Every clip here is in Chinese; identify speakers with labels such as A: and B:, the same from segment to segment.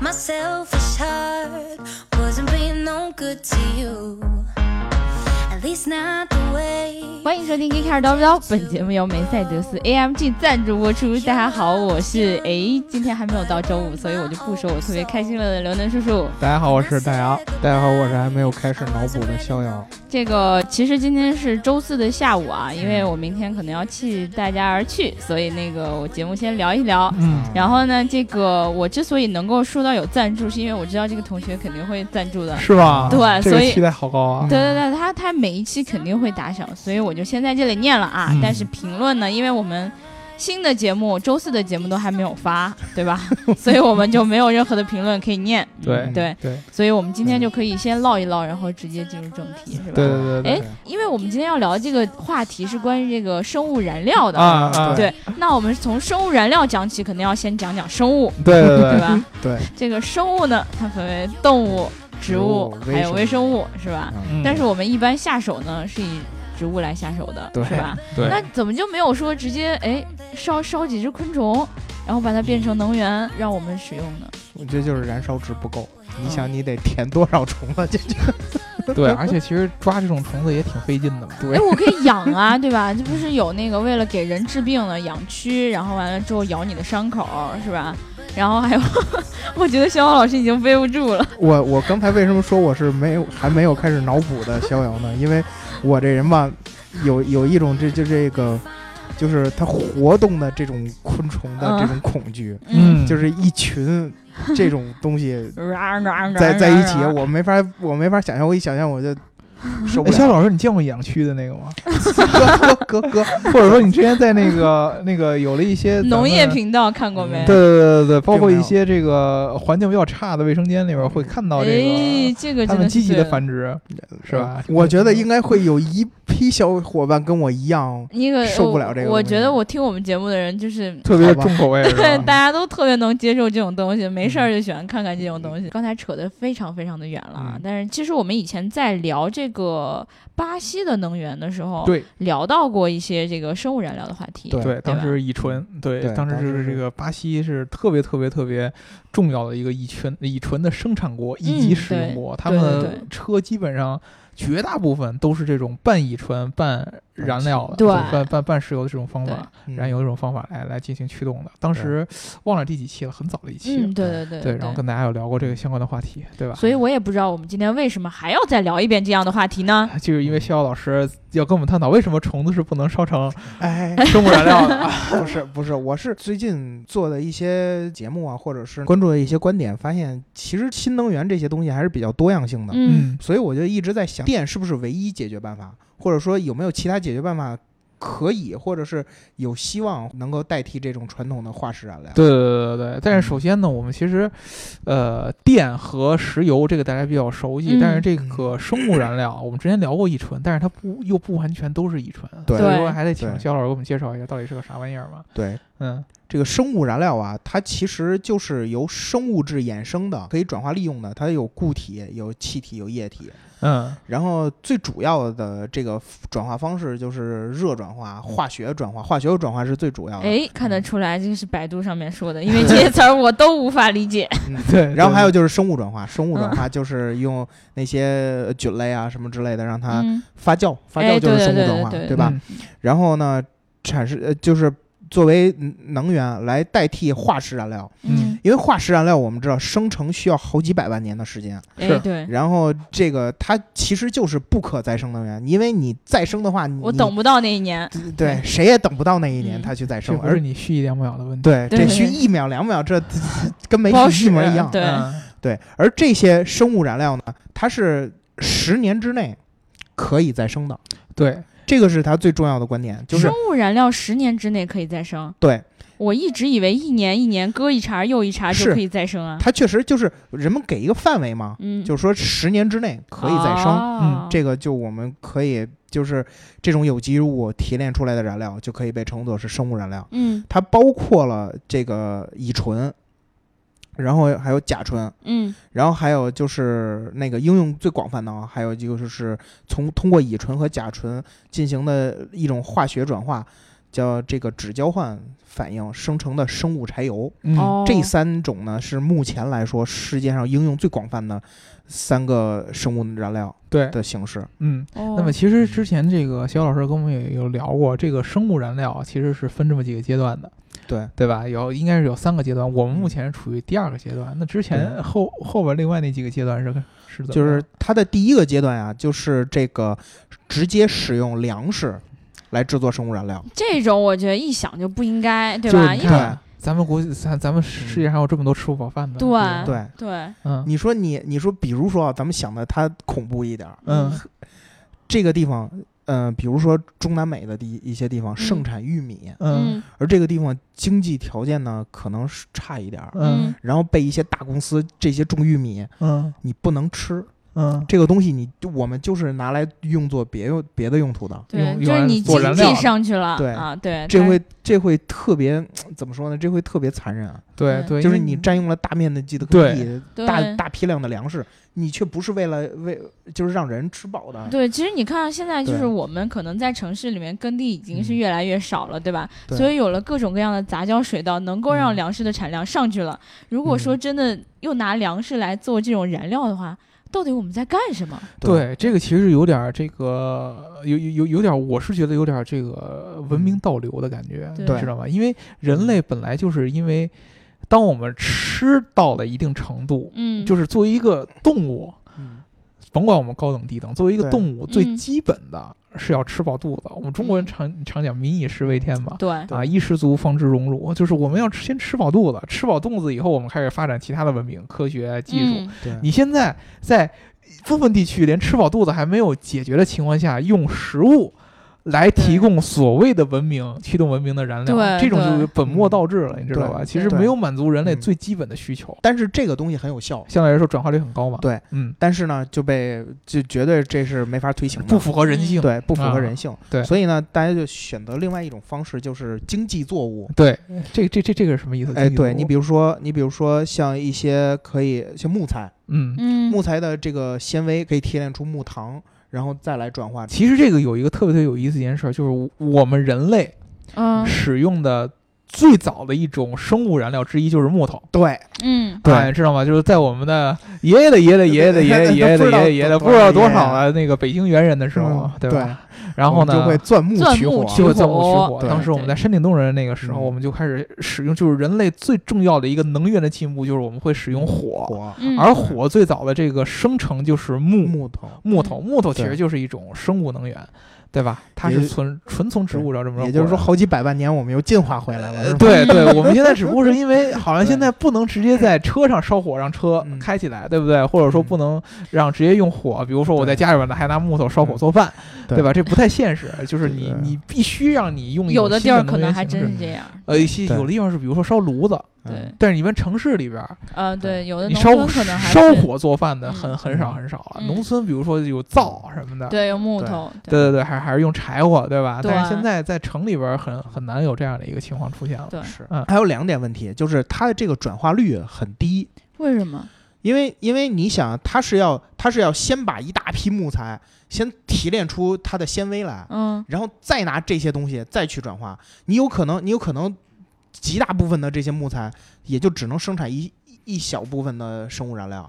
A: My selfish heart wasn't being no good to you. At least not the way.
B: 欢迎收听《一开始叨不叨》，本节目由梅赛德斯 AMG 赞助播出。大家好，我是诶，今天还没有到周五，所以我就不说我特别开心了的刘能叔叔。
C: 大家好，我是大姚。
D: 大家好，我是还没有开始脑补的逍遥。
B: 这个其实今天是周四的下午啊，因为我明天可能要弃大家而去，所以那个我节目先聊一聊。
C: 嗯，
B: 然后呢，这个我之所以能够说到有赞助，是因为我知道这个同学肯定会赞助的。
C: 是吧？
B: 对
C: 啊这
B: 所
C: 个
B: 以
C: 期待好高
D: 嗯
C: 啊。
B: 对对对，他他每一期肯定会打赏，所以我就先在这里念了啊。
C: 嗯
B: 但是评论呢，因为我们新的节目周四的节目都还没有发，对吧？所以我们就没有任何的评论可以念，
C: 对
D: 嗯
B: 对
C: 对
B: 所以我们今天就可以先唠一唠，然后直接进入正题，是吧？
C: 对对对
B: 哎
C: 对，
B: 因为我们今天要聊这个话题是关于这个生物燃料的，
C: 啊
E: 嗯
C: 啊！
B: 对。那我们从生物燃料讲起，肯定要先讲讲生物，
C: 对对
B: 对
C: 对
B: 吧？
D: 对，
B: 这个生物呢，它分为动物、植物
D: 植物
B: 还有微
D: 微生
B: 生
D: 物
B: 物，是吧？
C: 嗯
B: 但是我们一般下手呢是以植物来下手的，
D: 对
B: 是吧？
C: 对
B: 那怎么就没有说直接哎烧烧几只昆虫，然后把它变成能源让我们使用呢？
C: 我觉得就是燃烧值不够。你
B: 嗯
C: 想，你得填多少虫子进去？
E: 对，而且其实抓这种虫子也挺费劲的嘛。
B: 哎，
C: 对
B: 我可以养啊， 对吧？这不是有那个为了给人治病的养蛆，然后完了之后咬你的伤口，是吧？然后还有， 我觉得肖老师已经背不住了。
D: 我我刚才为什么说我是没有还没有开始脑补的逍遥 呢？因为我这人吧，有有一种这就这个，就是它活动的这种昆虫的这种恐惧，
C: 嗯，
E: 哎
D: 就是一群这种东西在
B: 在
D: 在一起，啊我没法我没法想象，我一想象我就受不
E: 哎，肖
D: 了。
E: 老师，你见过养蛆的那个吗？
D: 哥哥哥，
E: 或者说你之前在那个那个有了一些咱们
B: 农业？频道看过
D: 嗯
B: 没？
E: 对对对对对，包
D: 并
E: 括
D: 没有
E: 一些这个环境比较差的卫生间里边会看到
B: 哎
E: 这，
B: 这个
E: 个，它
B: 真
E: 们
B: 的
E: 积极
B: 的
E: 的繁殖，是吧？
D: 我觉得应该会有 一批小伙伴跟我一样，
B: 那个
D: 受不
B: 我
D: 了这个
B: 我
D: 东
B: 觉
D: 西
B: 得我听我们节目的人就是。
E: 特别
D: 好
E: 的
D: 吧
E: 重口 味，是
B: 对，
E: 吧
B: 大家都特别能接受这种东西，没事儿就喜欢看看这种东西。刚才扯得非常非常的远了啊，
D: 嗯
B: 但是其实我们以前在聊这个巴西的能源的时候，
E: 对
B: 聊到过一些这个生物燃料的话题。
D: 对
E: 对，当时乙醇，对
D: 对，
E: 当时
D: 当时
E: 是
D: 是
E: 这个巴西是特别特别特别重要的一个乙醇乙醇的生产国以及
B: 嗯
E: 使用国，他
B: 对
E: 们
B: 对
E: 的
B: 对
E: 车基本上绝大部分都是这种半乙醇半燃料的，
B: 对
E: 半半半石油的这种方
B: 对
E: 法，
D: 嗯
E: 燃油这种方法来来进行驱动的。当时忘了第几期了，很早的一期了，
B: 嗯，对对对
E: 对，然后跟大家有聊过这个相关的话题，对吧？
B: 所以我也不知道我们今天为什么还要再聊一遍这样的话题呢？
E: 就是因为逍遥老师要跟我们探讨为什么虫子是不能烧成
D: 哎，
E: 生物燃料的，啊
D: 不是不是，我是最近做的一些节目啊，或者是关注的一些观点，发现其实新能源这些东西还是比较多样性的。
B: 嗯，
D: 所以我就一直在想，电是不是唯一解决办法，或者说有没有其他解决办法可以，或者是有希望能够代替这种传统的化石燃料？
E: 对对对对对，但是首先呢，我们其实，呃，电和石油这个大家比较熟悉，
B: 嗯
E: 但是这个生物燃料，我们之前聊过乙醇，但是它不又不完全都是乙醇，
D: 对
E: 所以说还得请
D: 对
E: 肖老师给我们介绍一下到底是个啥玩意儿嘛？
D: 对，
E: 嗯，
D: 这个生物燃料啊，它其实就是由生物质衍生的，可以转化利用的，它有固体、有气体、有液体。
E: 嗯，
D: 然后最主要的这个转化方式就是热转化、化学转化，化学转化是最主要的。
B: 哎，看得出来这个是百度上面说的，因为这些词儿我都无法理解。
D: 嗯
E: 对。
D: 然后还有就是生物转化，生物
B: 嗯
D: 转化就是用那些呃菌类啊什么之类的让它
B: 嗯，
D: 发酵，发
B: 哎
D: 酵就是
B: 对
D: 生物
B: 对对
D: 转化，
B: 对对
D: 对吧？
E: 嗯
D: 然后呢，产生呃就是作为能源来代替化石燃料，
B: 嗯，
D: 因为化石燃料我们知道生成需要好几百万年的时间，
B: 哎，
E: 是
B: 对，
D: 然后这个它其实就是不可再生能源，因为你再生的话，你
B: 我等不到那一年。
D: 你对谁也等不到那一
B: 嗯
D: 年它去再
E: 这
D: 生，
E: 不
D: 而
E: 是你蓄意两秒的问题，
D: 对
B: 对
D: 这需一秒两秒，这这跟没
B: 不好
D: 一模
B: 使
D: 一样。
B: 对
E: 嗯
D: 对，而这些生物燃料呢，它是十年之内可以再生的，
E: 对，
D: 这个是它最重要的观点，就是
B: 生物燃料十年之内可以再生。
D: 对，
B: 我一直以为一年一年割一茬又一茬就是可以再生啊。
D: 它确实就是人们给一个范围嘛，
B: 嗯，
D: 就是说十年之内可以再生，嗯
B: 哦
D: 这个就我们可以就是这种有机物提炼出来的燃料就可以被称作是生物燃料，
B: 嗯
D: 它包括了这个乙醇，然后还有甲醇，
B: 嗯
D: 然后还有就是那个应用最广泛的啊，还有一个就是从通过乙醇和甲醇进行的一种化学转化，叫这个酯交换反应生成的生物柴油。
E: 嗯
B: 哦，
D: 这三种呢是目前来说世界上应用最广泛的三个生物燃料
E: 对，
D: 的形式。
E: 嗯。
B: 哦
E: 那么其实之前这个肖老师跟我们也有聊过，这个生物燃料啊其实是分这么几个阶段的，
D: 对，
E: 对吧？有应该是有三个阶段，我们
D: 嗯
E: 目前处于第二个阶段。那之前
D: 对
E: 后后边另外那几个阶段是是怎么样？
D: 就是它的第一个阶段呀、就是这个直接使用粮食来制作生物燃料，
B: 这种我觉得一想就不应该，对
E: 就是
B: 吧？
E: 你
B: 因为
E: 看咱们国咱咱们世界上有这么多吃不饱饭的，
B: 对
E: 吧
D: 嗯对。
B: 对，
E: 嗯
D: 你说你，你说，比如说啊，咱们想的它恐怖一点儿，
E: 嗯
D: 这个地方，嗯、比如说中南美的地一些地方盛产玉米，
E: 嗯
B: 嗯
D: 而这个地方经济条件呢可能是差一点儿，
E: 嗯
D: 然后被一些大公司这些种玉米，
E: 嗯
D: 你不能吃
E: 嗯，
D: 这个东西你，我们就是拿来用作别用别的用途的，
B: 对就
E: 用，用
B: 是
E: 来
B: 你
E: 做
B: 经
E: 燃料
B: 济
E: 的
B: 上去了，
D: 对
B: 啊，对，
D: 这
B: 但
D: 会这会特别怎么说呢？这会特别残忍啊，
E: 对
B: 对
E: 对，
D: 就是
E: 因为
D: 你占用了大面积的
E: 对
D: 耕地，
B: 哎对
D: 大大批量的粮食，你却不是为了为就是让人吃饱的，
B: 对，其实你看现在就是
D: 对
B: 我们可能在城市里面耕地已经是
D: 嗯
B: 越来越少了，对吧？
D: 对
B: 所以有了各种各样的杂交水稻，能够让
D: 嗯
B: 粮食的产量上去了。如果
E: 嗯
B: 说真的又拿粮食来做这种燃料的话，到底我们在干什么？
E: 对这个其实有点儿这个有有有有点儿，我是觉得有点儿这个文明倒流的感觉，你
B: 对
E: 知道吗？因为人类本来就是因为当我们吃到了一定程度，
B: 嗯，
E: 就是作为一个动物，
D: 嗯
E: 甭管我们高等低等，作为一个
D: 对
E: 动物，最
B: 嗯
E: 基本的是要吃饱肚子。我们中国人
B: 嗯
E: 常常讲“民以食为天”嘛。
B: 对，
E: 啊，衣食足，方知荣辱，就是我们要先吃饱肚子，吃饱肚子以后，我们开始发展其他的文明、科学技术，
B: 嗯
D: 对
E: 你现在在部分地区连吃饱肚子还没有解决的情况下，用食物来提供所谓的文明、驱动文明的燃料，
B: 对
E: 这种
B: 对
E: 就是本末倒置了，你知道吧？
D: 对
E: 其实
D: 对
E: 没有满足人类
D: 嗯
E: 最基本的需求，
D: 但是这个东西很有效，
E: 相对来说转化率很高嘛。
D: 对，
E: 嗯，
D: 但是呢就被就绝对这是没法推行的，
E: 不符合人性。
D: 对不符
E: 啊
D: 合人性，
E: 对
D: 所以呢大家就选择另外一种方式，就是经济作物。
E: 对，这这这这个是什么意思？
D: 哎，
E: 经济作
D: 对
E: 物
D: 你，比如说，你比如说像一些可以像木材，
E: 嗯，
B: 嗯，
D: 木材的这个纤维可以提炼出木糖，然后再来转化。
E: 其实这个有一个特别特别有意思的一件事儿，就是我们人类
B: 嗯
E: 使用的最早的一种生物燃料之一就是木头。
D: 对，
B: 嗯，
E: 哎，知道吗？就是在我们的 爷爷的爷爷的爷爷的爷爷的 爷爷的爷爷的爷爷的不知道多少了那个北京猿人的时候
D: 嗯，
E: 对
D: 对
E: 吧？然后呢，
D: 我们就会钻木
B: 钻
D: 取
B: 木
D: 火，
B: 取
E: 就会钻木取火。
B: 对
E: 当时我们在山顶洞人那个时候，
D: 嗯
E: 我们就开始使用，就是人类最重要的一个能源的进步，就是我们会使用火。
D: 火
B: 嗯
E: 而火最早的这个生成就是木
D: 木头，
E: 木头，木头其实
D: 对
E: 就是一种生物能源，对吧？它
D: 也
E: 是纯纯从植物然后这么着
D: 也就是说
E: 过来的
D: 好几百万年我们又进化回来了， 是吧？
E: 嗯对对，
B: 嗯
E: 我们现在只不过是因为好像
D: 对
E: 现在不能直接在车上烧火让车
D: 嗯
E: 开起来，对不对？或者说
D: 嗯
E: 不能让直接用火，比如说我在
D: 对
E: 家里边呢还拿木头烧火做饭，
D: 对
E: 对吧？这不太现实，就是你
D: 对
E: 你必须让你用一
B: 有
E: 种
B: 的
E: 新
B: 地儿
E: 能
B: 可能
E: 源
B: 还真
E: 形式
B: 是这样，
E: 呃，一些
D: 对
E: 有的地方是比如说烧炉子，
D: 嗯
B: 对，
E: 但是你们城市里边儿
B: 呃，对，有的
E: 你
B: 农
E: 烧
B: 村可能还是
E: 烧，火做饭的很
B: 嗯
E: 很少很少了。
B: 嗯
E: 农村比如说有灶什么的，
B: 对，用木头，
E: 对对对，还还是用柴火，对吧？
B: 对
E: 但是现在在城里边儿很很难有这样的一个情况出现了。
B: 对
D: 是
E: 嗯。
D: 还有两点问题，就是它的这个转化率很低，
B: 为什么？
D: 因为因为你想，它是要它是要先把一大批木材先提炼出它的纤维来，
B: 嗯
D: 然后再拿这些东西再去转化。你有可能，你有可能，极大部分的这些木材也就只能生产一一一小部分的生物燃料，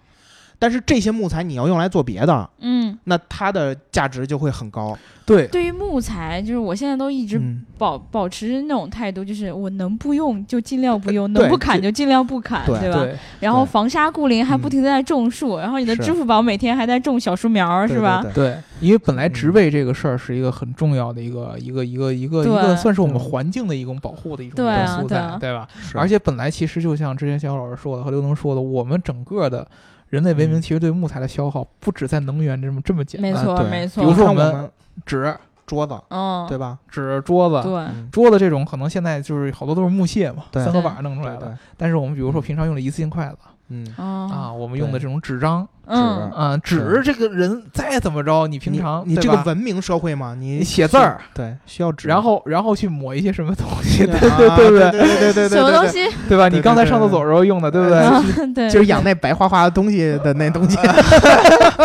D: 但是这些木材你要用来做别的，
B: 嗯，
D: 那它的价值就会很高。
E: 对
B: 对于木材，就是我现在都一直
D: 嗯，
B: 保保持那种态度，就是我能不用就尽量不用，
D: 对
B: 能不砍就尽量不砍，
D: 对
B: 吧？
E: 呃对，
B: 然后
D: 对
B: 防沙固林还
D: 嗯
B: 不停的在种树，然后你的
D: 是
B: 支付宝每天还在种小树苗儿，
D: 对
B: 是吧？？
D: 对对
E: 对，因为本来植
D: 嗯
E: 被这个事儿是一个很重要的一个一个一个一个一
B: 对
E: 个，算是我们
D: 嗯
E: 环境的一种保护的一种
B: 对
E: 元
B: 啊
E: 素
B: 对
E: 在
B: 啊，
E: 对吧？
D: 是
E: 而且本来其实就像之前小老师说的和刘能说的，我们整个的人类文明
D: 嗯
E: 其实对木材的消耗不止在能源这么这么简
B: 没
E: 单，
B: 错，
D: 对
B: 没
E: 比
B: 错。
E: 如说我
D: 看我
E: 们
D: 们
E: 纸、
D: 桌子，
B: 嗯，
D: 对吧？
E: 纸、桌子。
B: 对
D: 嗯
E: 桌子这种可能现在就是好多都是木屑嘛，
D: 对
E: 三合
B: 对
E: 板弄出来
D: 对
E: 的。
D: 对
E: 但是我们比如说平常用的一次性筷子，
D: 嗯，
B: 哦，
E: 啊，我们用的这种纸张
B: 嗯
D: 纸
E: 啊，纸这个人再怎么着，你平
D: 你
E: 常
D: 你
E: 对
D: 这个
E: 吧
D: 文明社会嘛，你
E: 你写字儿，
D: 对，需要纸，
E: 然后然后去抹一些什么东 西，对
D: 啊
E: 对
D: 对对
E: 对对
D: 对对对对，
B: 什么东
D: 对？
B: 西？
E: 对吧？
D: 对
E: 你
D: 对
E: 刚才
D: 对嗯
E: 上厕所时候用的，对不对？
D: 对
B: 啊对，
D: 就是养那白花花的东西的那东西，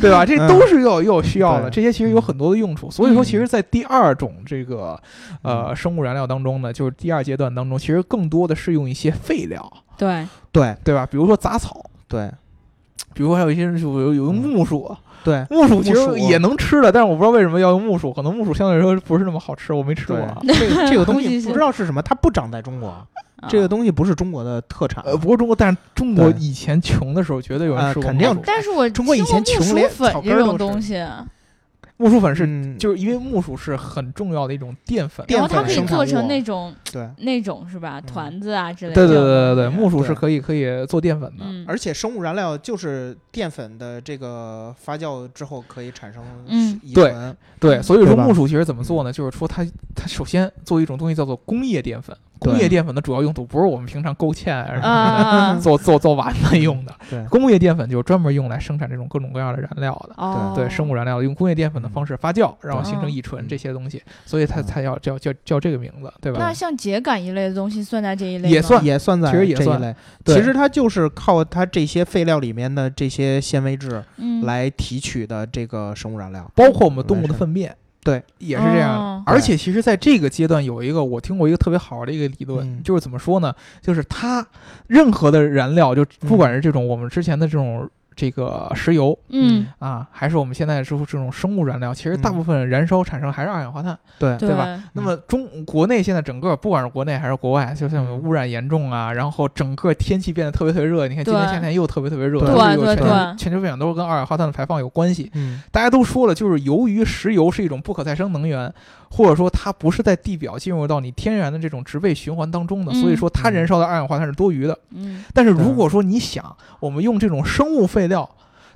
E: 对吧？这都是有有需要的，
D: 嗯对
E: 这些其实有很多的用处。所以说，
B: 嗯
E: 其实，在第二种这个
D: 嗯
E: 呃生物燃料当中呢，就是第二阶段当中，其实更多的是用一些废料，
B: 对，
D: 对
E: 对吧？比如说杂草，
D: 对
E: 比如说还有一些人就有有用木薯，
D: 对
E: 木薯其
D: 木薯
E: 实也能吃的，但是我不知道为什么要用木薯，可能木薯相对来说不是那么好吃，我没吃过
D: 对
E: 啊。，
D: 这个这 个东
B: 必
D: 西
B: 须
D: 不知道是什么，它不长在中
B: 啊
D: 国，这个东西不是中国的特产，
E: 呃，不过中国，但是中国
D: 对
E: 以前穷的时候，绝对有人
D: 呃
E: 吃过
D: 肯
E: 木
D: 定
E: 薯。
B: 但是我
D: 中国以
B: 听过
D: 前穷
B: 木薯
D: 连草
B: 粉
D: 根
B: 这
D: 儿
B: 种
D: 都
B: 东
D: 是
B: 西，
E: 木薯粉是，
D: 嗯，
E: 就是因为木薯是很重要的一种淀粉。
D: 淀
B: 然后它
D: 粉
B: 可以
D: 生
B: 做
D: 产
B: 成
D: 物
B: 那种
D: 对，
B: 那种是吧，团子啊之类
E: 对
B: 的
E: 对
B: 这
E: 对
B: 种。
E: 对对，木薯是
D: 对
E: 可以可以做淀粉的。
B: 嗯，
D: 而且生物燃料就是淀粉的这个发酵之后可以产生
B: 嗯
D: 乙
E: 对
D: 醇，
E: 对，嗯所以说
D: 对吧
E: 木薯其实怎么做呢？就是说它它首先做一种东西叫做工业淀粉，
D: 对
E: 工业淀粉的主要用途不是我们平常勾芡然后
B: 啊啊
E: 做做做丸子用的，
D: 对
E: 工业淀粉就是专门用来生产这种各种各样的燃料的。
B: 啊哦，
E: 对生物燃料用工业淀粉的方式发酵，然后形成
B: 嗯
E: 乙醇这些东西，所以它才要叫叫叫这个名字，对
B: 那
E: 吧？
B: 像秸秆一类的东西算在这一类
E: 也
B: 吗
E: 算
D: 也算在
E: 其实也
D: 这一
E: 算
D: 类。
E: 对
D: 其实它就是靠它这些废料里面的这些纤维质
B: 嗯
D: 来提取的这个生物燃料。
E: 包括我们动物的粪便，
D: 对，
E: 也是这样
B: 哦
E: 的。而且其实在这个阶段有一个我听过一个特别好玩的一个理论，
D: 嗯
E: 就是怎么说呢？就是它任何的燃料，就
D: 嗯
E: 不管是这种我们之前的这种这个石油
B: 嗯，
E: 啊，还是我们现在说这种生物燃料，其实大
D: 嗯
E: 部分燃烧产生还是二氧化碳。
D: 对
B: 对
E: 对吧？那么中国内现在整个不管是国内还是国外，就像
D: 嗯
E: 我们污染严重啊，然后整个天气变得特别特别热，你看今年
B: 对
E: 夏天又特别特别热，
D: 对
E: 都是有
B: 对
E: 全
B: 对
E: 球全球变暖都是跟二氧化碳的排放有关系。
D: 嗯，
E: 大家都说了，就是由于石油是一种不可再生能源，或者说它不是在地表进入到你天然的这种植被循环当中的，
B: 嗯
E: 所以说它燃烧的二氧化碳是多余的。
B: 嗯
E: 但是如果说你想，我们用这种生物废料，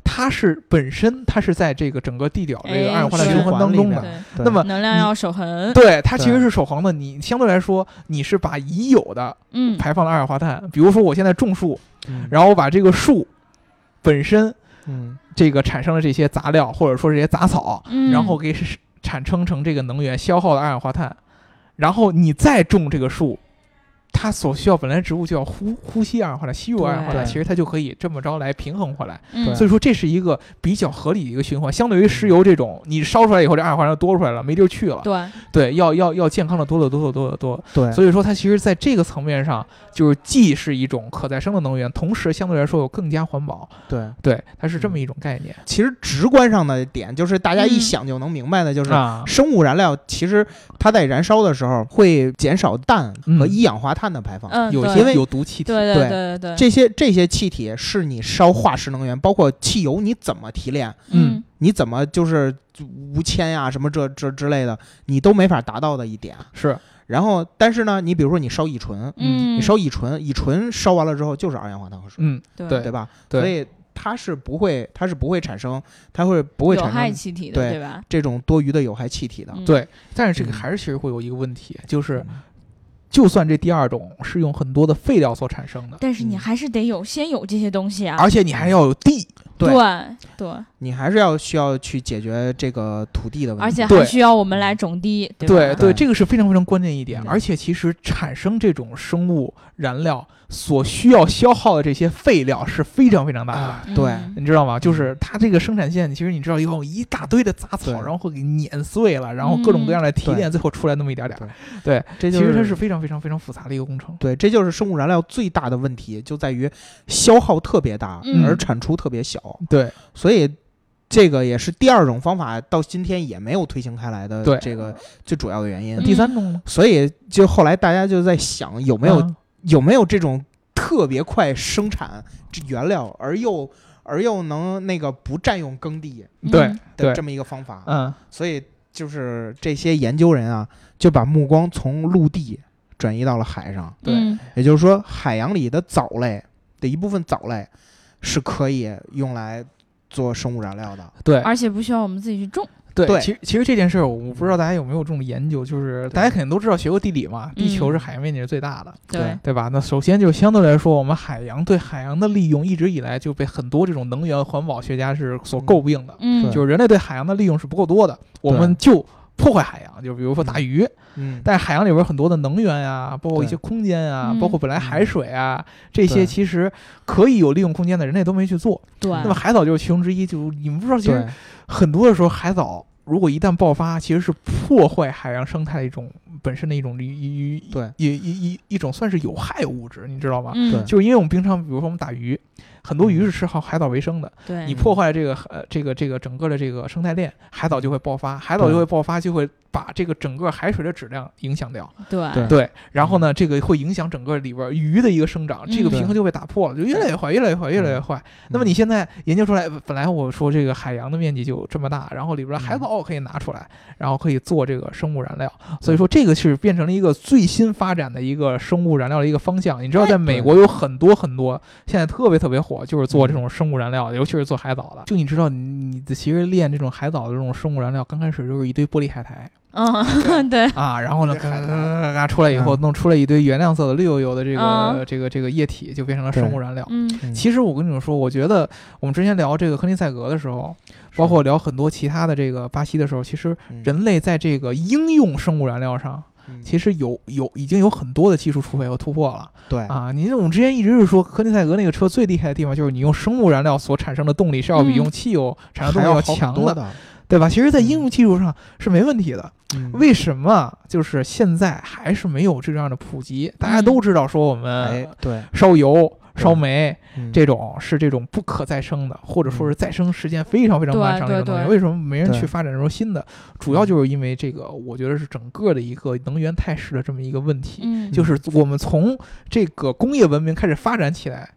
E: 它是本身它是在这个整个地表这个
B: 哎
E: 二氧化碳
B: 是
E: 循环当中的，
B: 对，
D: 对
E: 那么
B: 能量要守恒，
E: 对，它其实
D: 对
E: 是守恒的。你相对来说，你是把已有的
B: 嗯，
E: 排放的二氧化碳，比如说我现在种树，
D: 嗯
E: 然后我把这个树本身
D: 嗯
E: 这个产生的这些杂料，或者说这些杂草，
B: 嗯
E: 然后给是产生成这个能源消耗的二氧化碳，然后你再种这个树。它所需要本来植物就要呼呼吸二氧化碳，吸入二氧化碳，
D: 对
E: 其实它就可以这么着来平衡回来。
B: 嗯
E: 所以说这是一个比较合理的一个循环，相对于石油这种，你烧出来以后，这二氧化碳多出来了，没地儿去了。
B: 对，
E: 对，要要要健康的多得多得多得多。
D: 对，
E: 所以说，它其实在这个层面上，就是既是一种可再生的能源，同时相对来说又更加环保。
D: 对，
E: 对，它是这么一种概念、
D: 其实直观上的点就是大家一
B: 嗯
D: 想就能明白的，就是
E: 啊。
D: 生物燃料其实它在燃烧的时候会减少氮和
E: 嗯
D: 一氧化碳的排放。
B: 嗯，
E: 有
B: 对
E: 些
D: 因为
E: 有毒气体，
B: 对对
D: 对
B: 对对，
D: 这些这些气体是你烧化石能源，包括汽油，你怎么提炼？
E: 嗯
D: 你怎么就是无铅呀、什么这这之类的，你都没法达到的一点。
E: 是
D: 然后，但是呢，你比如说你烧乙醇，
B: 嗯，
D: 你烧乙醇，乙醇烧完了之后就是二氧化碳和水，
E: 嗯，
B: 对
E: 对
D: 对吧？所
E: 对，
D: 以它是不会，它是不会产生，它会不会
B: 有
D: 产
B: 害
D: 生
B: 气体的
D: 对
B: 对吧？
D: 这种多余的有害气体的。
B: 嗯
E: 对但是这
D: 嗯
E: 个还是其实会有一个问题，就是就算这第二种是用很多的废料所产生的，
B: 但是你
D: 嗯
B: 还是得有先有这些东西啊
E: 而，嗯且你还要有地，
D: 对
B: 对对，
D: 你还是要需要去解决这个土地的问题，
B: 而且还
E: 对嗯
B: 需要我们来种地，
E: 对
B: 吧？
D: 对
E: 这个是非常非常关键一点。
D: 嗯
E: 而且其实产生这种生物燃料所需要消耗的这些废料是非常非常大的。
D: 啊，
B: 嗯
D: 对，
E: 你知道吗？就是它这个生产线，其实你知道以后一大堆的杂草，
D: 对
E: 然后给碾碎了，然后各种各样的提炼，最后出来那么一点点儿。
D: 这
E: 其
D: 就是
E: 实它是非常非常非常复杂的一个工程。
D: 对，这就是生物燃料最大的问题，就在于消耗特别大，
B: 嗯
D: 而产出特别小，
E: 对
D: 所以这个也是第二种方法到今天也没有推行开来的
E: 对
D: 这个最主要的原因
E: 那。
B: 嗯
E: 第三种呢？
D: 所以就后来大家就在想，有没有、
E: 啊
D: 有没有这种特别快生产这原料而又而又能那个不占用耕地
E: 对
B: 嗯
D: 的
E: 对
D: 这么一个方法？
E: 嗯
D: 所以就是这些研究人啊，就把目光从陆地转移到了海上。
E: 对
B: 嗯
D: 也就是说，海洋里的藻类的一部分藻类是可以用来做生物燃料的。
E: 对
B: 嗯而且不需要我们自己去种，
E: 对，
D: 对
E: 其实其实这件事儿，我不知道大家有没有这种研究，就是大家肯定都知道学过地理嘛，地球是海洋面积是最大的，
B: 嗯对
D: 对，
E: 对吧？那首先就相对来说，我们海洋对海洋的利用一直以来就被很多这种能源环保学家是所诟病的，
B: 嗯，
E: 就是人类对海洋的利用是不够多的，我们就破坏海洋，就比如说打鱼，
D: 嗯，
E: 但是海洋里边很多的能源啊，包括一些空间啊
B: 嗯，
E: 包括本来海水啊，这些
D: 对
E: 其实可以有利用空间的，人类都没去做。
B: 对，
E: 那么海藻就是其中之一，就你们不知道，其实
D: 对
E: 很多的时候海藻。如果一旦爆发，其实是破坏海洋生态的一种本身的一种一一一
D: 对
E: 一一一一种算是有害物质，你知道吗？
B: 嗯，
D: 对
E: 就是因为我们平常，比如说我们打鱼，很多鱼是吃好海藻为生的，
B: 对，
E: 你破坏这个呃这个这个整个的这个生态链，海藻就会爆发，海藻就会爆发，就会把这个整个海水的质量影响掉。
B: 对
D: 对
E: 对，然后呢，这个会影响整个里边儿鱼的一个生长，这个
B: 嗯
E: 平衡就被打破了，就越来越坏，越来越坏，越来越坏。那么你现在研究出来，本来我说这个海洋的面积就这么大，然后里边儿的海藻可以拿出来，然后可以做这个生物燃料，所以说这个是变成了一个最新发展的一个生物燃料的一个方向。你知道，在美国有很多很多现在特别特别火，就是做这种生物燃料，尤其是做海藻嗯的。就你知道，你你其实炼这种海藻的这种生物燃料，刚开始就是一堆玻璃海苔。
B: 嗯， 对，
E: 啊，然后呢，
D: 这
E: 嘎
D: 海
E: 嘎
D: 苔
E: 嘎嘎出来以后，弄出来一堆原亮色的绿油油的这个、
B: 嗯
E: 这个这个液体，就变成了
D: 对
E: 生物燃料。
B: 嗯，
D: 嗯
E: 其实我跟你们说，我觉得我们之前聊这个科林赛格的时候，包括聊很多其他的这个巴西的时候，其实
D: 嗯
E: 人类在这个应用生物燃料上，
D: 嗯
E: 其实有有已经有很多的技术储备和突破了
D: 对
E: 啊！你我们之前一直是说科林赛格那个车最厉害的地方，就是你用生物燃料所产生的动力是要比
B: 嗯
E: 用汽油产
D: 还
E: 生动力
D: 要
E: 要
D: 好很
E: 强
D: 多
E: 的，
D: 的，
E: 对吧？其实，在
D: 嗯
E: 应用技术上是没问题的。
D: 嗯
E: 为什么就是现在还是没有这样的普及？大家都知道说我
D: 哎
E: 们
D: 对
E: 烧油、烧煤
D: 嗯
E: 呃这种是这种不可再生的，或者说是再生时间非常非常
B: 对
E: 漫长的
B: 对
E: 一种东西。
B: 对
E: 为什么没人
D: 对
E: 去发展这种新的？主要就是因为这个，我觉得是整个的一个能源态势的这么一个问题。
B: 嗯，
E: 就是我们从这个工业文明开始发展起来，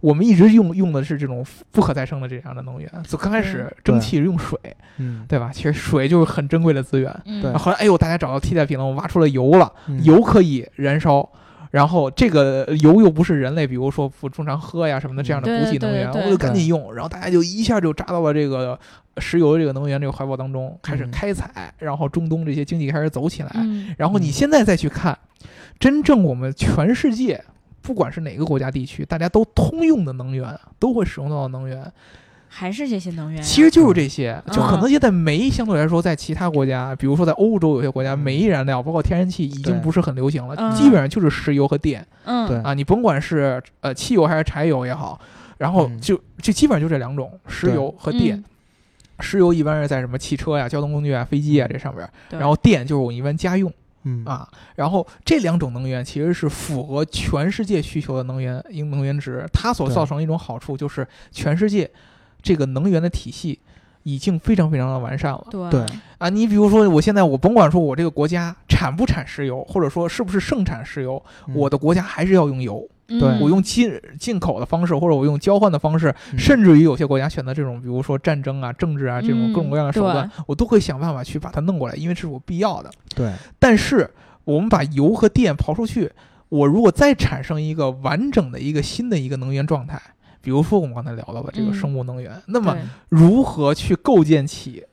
E: 我们一直用用的是这种不可再生的这样的能源。就刚开始蒸汽是用水，
D: 嗯
E: 对吧？其实水就是很珍贵的资源。
B: 嗯
D: 对
E: 然后后来，哎呦，大家找到替代品了，我们挖出了油了，
D: 嗯
E: 油可以燃烧。然后这个呃油又不是人类，比如说不正常喝呀什么的这样的
B: 对
E: 补给
B: 对
E: 能
B: 对
E: 源，
B: 嗯对
E: 我就赶紧用。然后大家就一下就扎到了这个石油这个能源这个怀抱当中，开始
D: 嗯
E: 开采，然后中东这些经济开始走起来。
B: 嗯，
E: 然后你现在再去看，真正我们全世界，不管是哪个国家地区，大家都通用的能源，都会使用到的能源，
B: 还是这些能源，
E: 其实就是这些，
B: 嗯
E: 就可能现在煤相对来说，在其他国家，比如说在欧洲有些国家，
D: 嗯
E: 煤燃料包括天然气已经
D: 对
E: 不是很流行了，
B: 嗯
E: 基本上就是石油和电
B: 嗯，
D: 对
E: 啊，你甭管是呃汽油还是柴油也好，然后
D: 嗯
E: 就就基本上就这两种，石油和电
B: 嗯。，
E: 石油一般是在什么汽车呀、交通工具啊、飞机啊这上边儿，
B: 嗯对
E: 然后电就是我们一般家用
D: 嗯
E: 啊。然后这两种能源其实是符合全世界需求的能源应能源值，它所
D: 对
E: 造成的一种好处就是全世界这个能源的体系已经非常非常的完善了
B: 嗯对
D: 对
E: 啊！你比如说，我现在我甭管说我这个国家产不产石油，或者说是不是盛产石油，
D: 嗯
E: 我的国家还是要用油，
B: 对
E: 我用进进口的方式，或者我用交换的方式，
D: 嗯
E: 甚至于有些国家选择这种，比如说战争啊、政治啊这种
B: 嗯
E: 各种各样的手段，
B: 对
E: 我都会想办法去把它弄过来，因为这是我必要的。
D: 对
E: 但是我们把油和电刨出去，我如果再产生一个完整的一个新的一个能源状态，比如说我们刚才聊到的这个
B: 嗯
E: 生物能源，那
B: 那
E: 么如何去构建起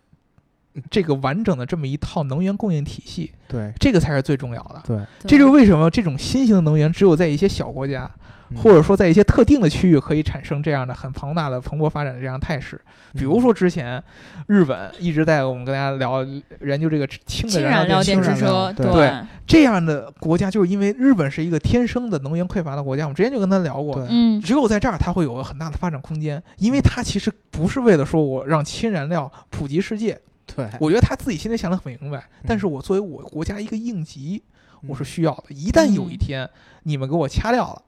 E: 这个完整的这么一套能源供应体系，
D: 对
E: 这个才是最重要的。
D: 对，
E: 这就是为什么这种新型的能源只有在一些小国家，
D: 嗯
E: 或者说在一些特定的区域可以产生这样的很庞大的蓬勃发展的这样的态势。
D: 嗯
E: 比如说之前日本一直在我们跟大家聊研究这个氢的
B: 氢
E: 燃
B: 燃
E: 料
B: 料
E: 电
B: 电
E: 池
B: 池
D: 氢燃
B: 车，
D: 料对
E: 这样的国家，就是因为日本是一个天生的能源匮乏的国家，我们之前就跟他聊过，
D: 对
B: 嗯，
E: 只有在这儿它会有很大的发展空间，因为它其实不是为了说我让氢燃料普及世界，
D: 对，
E: 我觉得他自己心里想的很明白，但是我作为我国家一个应急，
D: 嗯
E: 我是需要的。一旦有一天你们给我掐掉了。
D: 对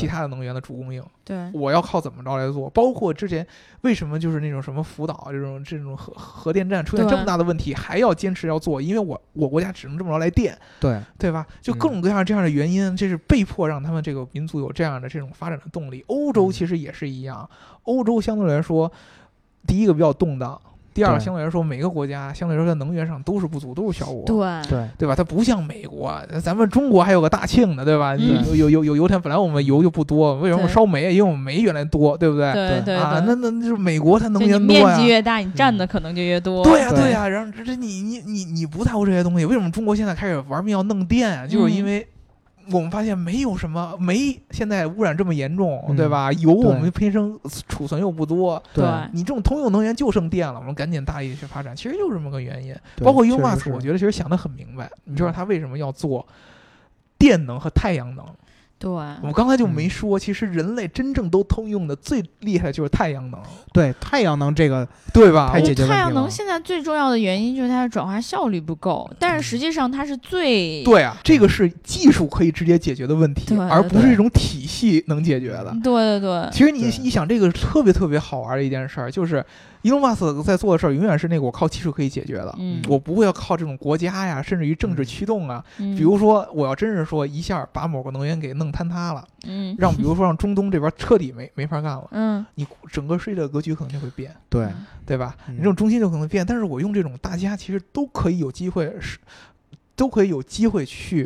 E: 其他的能源的主供应，
B: 对，
E: 我要靠怎么着来做？包括之前为什么就是那种什么福岛啊这种这种核核电站出现
B: 对
E: 这么大的问题，还要坚持要做？因为我我国家只能这么着来电，
D: 对
E: 对吧？就各种各样这样的原因，这是被迫让他们这个民族有这样的这种发展的动力。欧洲其实也是一样，欧洲相对来说，第一个比较动荡，第二个，
D: 对
E: 相对来说，每个国家相对来说在能源上都是不足，都是小国。
B: 对，
D: 对，
E: 对吧？它不像美国，咱们中国还有个大庆呢，对吧？
B: 嗯
E: 有有有有油田，本来我们油就不多，为什么
B: 对
E: 烧煤？因为我们煤原来多，对不对？
B: 对
D: 对
B: 对
E: 啊，
B: 对
E: 那那那就是美国它能
B: 就你
E: 源多呀
B: 面积。越大，你占的可能就越多。
E: 嗯对呀、对
D: 对
E: 呀、然后这这你你你你不在乎这些东西，为什么中国现在开始玩命要弄电啊？就是因
B: 嗯
E: 为我们发现没有什么煤现在污染这么严重，
D: 嗯
E: 对吧？油我
D: 对
E: 们天生储存又不多，
B: 对
E: 你这种通用能源就剩电了，我们赶紧大力去发展，其实就是这么个原因。
D: 对
E: 包括 U
D: 确
E: m a
D: 实
E: s
D: 是嗯
E: 我觉得其实想得很明白，你知道他为什么要做电能和太阳能？
D: 嗯
B: 对
E: 嗯我们刚才就没说，其实人类真正都通用的最厉害的就是太阳能，
D: 对太阳能这个，
E: 对吧？
D: 太
E: 我
D: 解决问题
B: 太阳啊能
D: 了
B: 现在最重要的原因就是它的转化效率不够，但是实际上它是最
E: 对啊，这个是技术可以直接解决的问题，
B: 嗯对
E: 而
B: 对嗯
E: 不是
D: 对
E: 一种体系能解决的。
B: 对对对
E: 其实你
D: 对
E: 一想，这个特别特别好玩的一件事儿，就是 Elon Musk 在做的事儿，永远是那个我靠技术可以解决的，
B: 嗯，
E: 我不会要靠这种国家呀，甚至于政治
D: 嗯
E: 驱动啊。
B: 嗯
E: 比如说，我要真是说一下把某个能源给弄坍塌了，
B: 嗯
E: 让比如说让中东这边彻底没没法干了，
B: 嗯
E: 你整个世界的格局可能就会变，
D: 对
E: 对吧？
D: 嗯
E: 你这种中心就可能变，但是我用这种大家其实都可以有机会是。都可以有机会去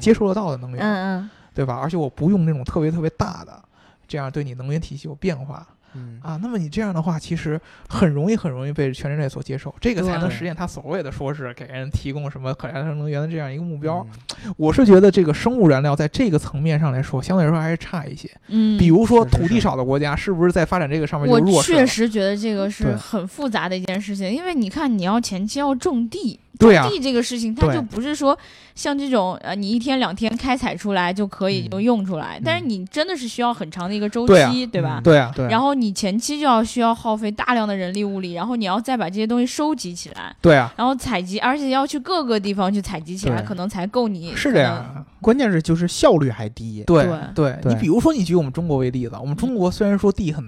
E: 接
D: 接
E: 触得到的能
B: 嗯
E: 源，
B: 嗯
E: 对吧？而且我不用那种特别特别大的，这样对你能源体系有变化
D: 嗯
E: 啊。那么你这样的话，其实很容易很容易被全人类所接受，这个才能
B: 对
E: 实现他所谓的说是给人提供什么可再生能源的这样一个目
D: 目
E: 标。
B: 嗯
E: 我是觉得这个生物燃料在这个层面上来说，相对来说还是差一些。
B: 嗯，
E: 比如说
D: 是是
E: 土地
D: 是
E: 少的国家，是不是在发展这个上面就
B: 我
E: 弱势
B: 确
E: 了？
B: 实觉得这个是
D: 对
B: 很复杂的一件事情，因为你看，你要前期要种地，
E: 对啊
B: 种地这个事情，它
D: 对
B: 就不是说像这种呃，你一天两天开采出来就可以
D: 嗯
B: 就用出来，但是
D: 嗯
B: 你真的是需要很长的一个周期，
E: 对啊
B: 吧？
E: 对啊，
D: 对，
B: 然后你前期就要需要耗费大量的人力物力，然后你要再把这些东西收集起来，
E: 对啊，
B: 然后采集，而且要去各个地方去采集起来，
D: 对
B: 可能才够你
E: 是这样。啊。
B: 嗯
D: 关键是就是效率还低，
E: 对
B: 对
E: 对，
D: 对
E: 你比如说，你举我们中国为例子，我们中国虽然说地很，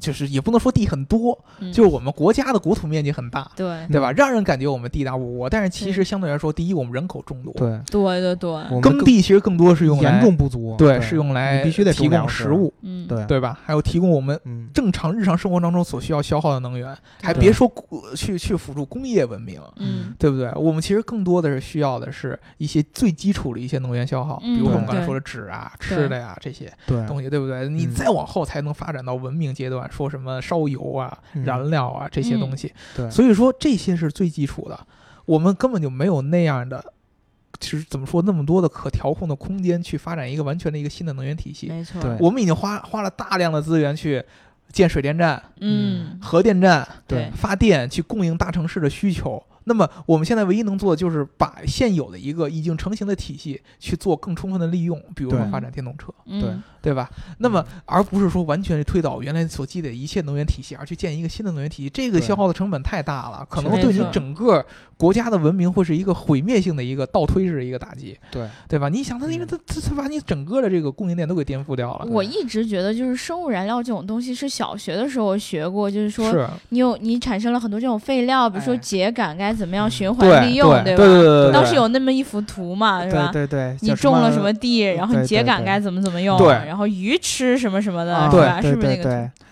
E: 就是也不能说地很多，
B: 嗯
E: 就是我们国家的国土面积很大，
B: 对
E: 对
D: 嗯
E: 吧？让人感觉我们地大物博，但是其实相对来说，第一我们人口众多，
D: 对，
B: 对对对，
D: 我们
E: 耕地其实更多是用来
D: 严重不足，
E: 对，是用来
D: 你必须得种
E: 提供
D: 粮食
E: 食物，
B: 嗯，
D: 对
E: 对吧？还有提供我们
D: 嗯
E: 正常日常生活当中所需要消耗的能源，还
D: 对
E: 别说呃去去辅助工业文明，
B: 嗯
E: 对不对？我们其实更多的是需要的是一些最基础的一些能源消耗，
B: 嗯
E: 比如说我们
D: 对
E: 刚才说的纸啊、
B: 对
E: 吃的呀这些
D: 对
E: 东西，对不对？你
D: 嗯
E: 再往后才能发展到文明阶段，说什么烧油啊、
D: 嗯
E: 燃料啊这些东西。
D: 对
E: 所以说这些是最基础的，我们根本就没有那样的。其实怎么说，那么多的可调控的空间去发展一个完全的一个新的能源体系。
B: 没错，
D: 对
E: 我们已经花花了大量的资源去建水电站、
B: 嗯，
E: 核电站，
B: 对
E: 发电去供应大城市的需求。那么我们现在唯一能做的就是把现有的一个已经成型的体系去做更充分的利用，比如说
D: 对
E: 发展电动车，
D: 对
B: 嗯
E: 对吧？那么而不是说完全推倒原来所积累的一切能源体系，而去建一个新的能源体系，这个
D: 对
E: 消耗的成本太大了，可能
B: 没
E: 对你
B: 错
E: 整个国家的文明会是一个毁灭性的一个倒推式的一个打击，
D: 对
E: 对吧？你想，它因为它它它把你整个的这个供应链都给颠覆掉了，
B: 嗯我一直觉得，就是生物燃料这种东西是小学的时候学过，就是说
E: 是
B: 你有你产生了很多这种废料，比如说
E: 哎
B: 秸秆该怎么样
D: 嗯
B: 循
E: 对
B: 环利用，
E: 对
B: 吧？
E: 对对，
B: 当时有那么一幅图嘛，是吧？
D: 对对对，
B: 你
D: 叫
B: 种了什么地，然后你
D: 对
B: 秸
D: 对
B: 秆
D: 对
B: 该怎么怎么用，
E: 对
B: 然后鱼吃什么什么的，
D: 啊
B: 是吧？
D: 对
B: 是不是那
D: 对
B: 个
D: 对
B: 图？，